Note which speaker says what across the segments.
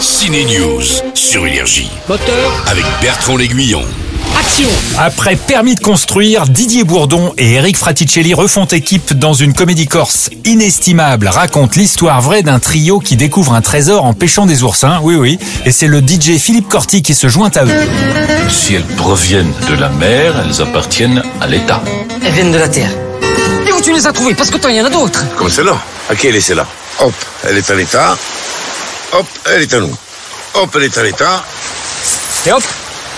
Speaker 1: Ciné News sur Énergie
Speaker 2: Moteur,
Speaker 1: avec Bertrand L'Aiguillon.
Speaker 2: action
Speaker 3: Après Permis de construire, Didier Bourdon et Eric Fraticelli refont équipe dans une comédie corse inestimable, raconte l'histoire vraie d'un trio qui découvre un trésor en pêchant des oursins, oui oui, et c'est le DJ Philippe Corti qui se joint à eux.
Speaker 4: Si elles proviennent de la mer, elles appartiennent à l'État.
Speaker 5: Elles viennent de la Terre. Et où tu les as trouvées Parce que toi, il y en a d'autres.
Speaker 6: Comme celle-là. À qui elle est celle-là Hop, elle est à l'État. Hop, elle est à nous. Hop, elle est à l'État.
Speaker 5: Et hop,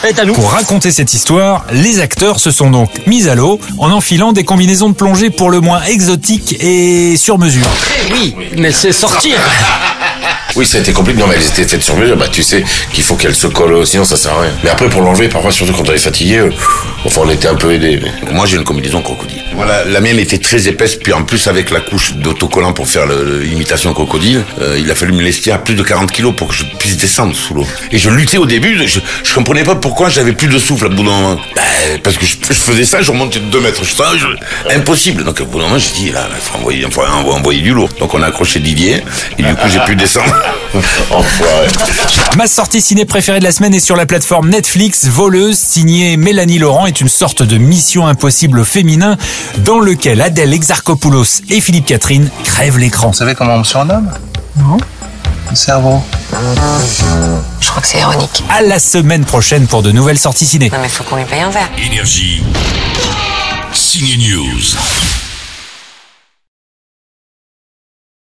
Speaker 5: elle est à nous.
Speaker 3: Pour raconter cette histoire, les acteurs se sont donc mis à l'eau en enfilant des combinaisons de plongée pour le moins exotiques et sur mesure.
Speaker 5: Eh
Speaker 2: Oui, mais c'est sortir
Speaker 7: Oui, ça a été compliqué. Non, mais elles étaient faites sur mesure. Bah, tu sais qu'il faut qu'elles se collent, sinon ça sert à rien. Mais après, pour l'enlever, parfois, surtout quand on est fatigué, euh, enfin, on était un peu aidés. mais-
Speaker 4: Moi, j'ai une combinaison crocodile.
Speaker 6: Voilà, la mienne était très épaisse, puis en plus avec la couche d'autocollant pour faire le- le- l'imitation crocodile, euh, il a fallu me laisser à plus de 40 kilos pour que je puisse descendre sous l'eau. Et je luttais au début, je, je comprenais pas pourquoi j'avais plus de souffle à bout d'un moment. Bah, parce que je, je faisais ça, je remontais de 2 mètres, je, ça, je- impossible. Donc au bout d'un moment, j'ai dit, là, il faut envoyer, faut envoyer du lourd. Donc on a accroché Didier, et du coup j'ai pu descendre.
Speaker 7: Enfoiré.
Speaker 3: Ma sortie ciné préférée de la semaine est sur la plateforme Netflix. Voleuse, signée Mélanie Laurent, est une sorte de mission impossible féminin dans lequel Adèle Exarchopoulos et Philippe Catherine crèvent l'écran.
Speaker 8: Vous savez comment on me surnomme Non. Le cerveau.
Speaker 9: Je crois que c'est ironique.
Speaker 3: À la semaine prochaine pour de nouvelles sorties ciné.
Speaker 9: Non mais faut qu'on lui paye un verre.
Speaker 1: Énergie. Ciné News.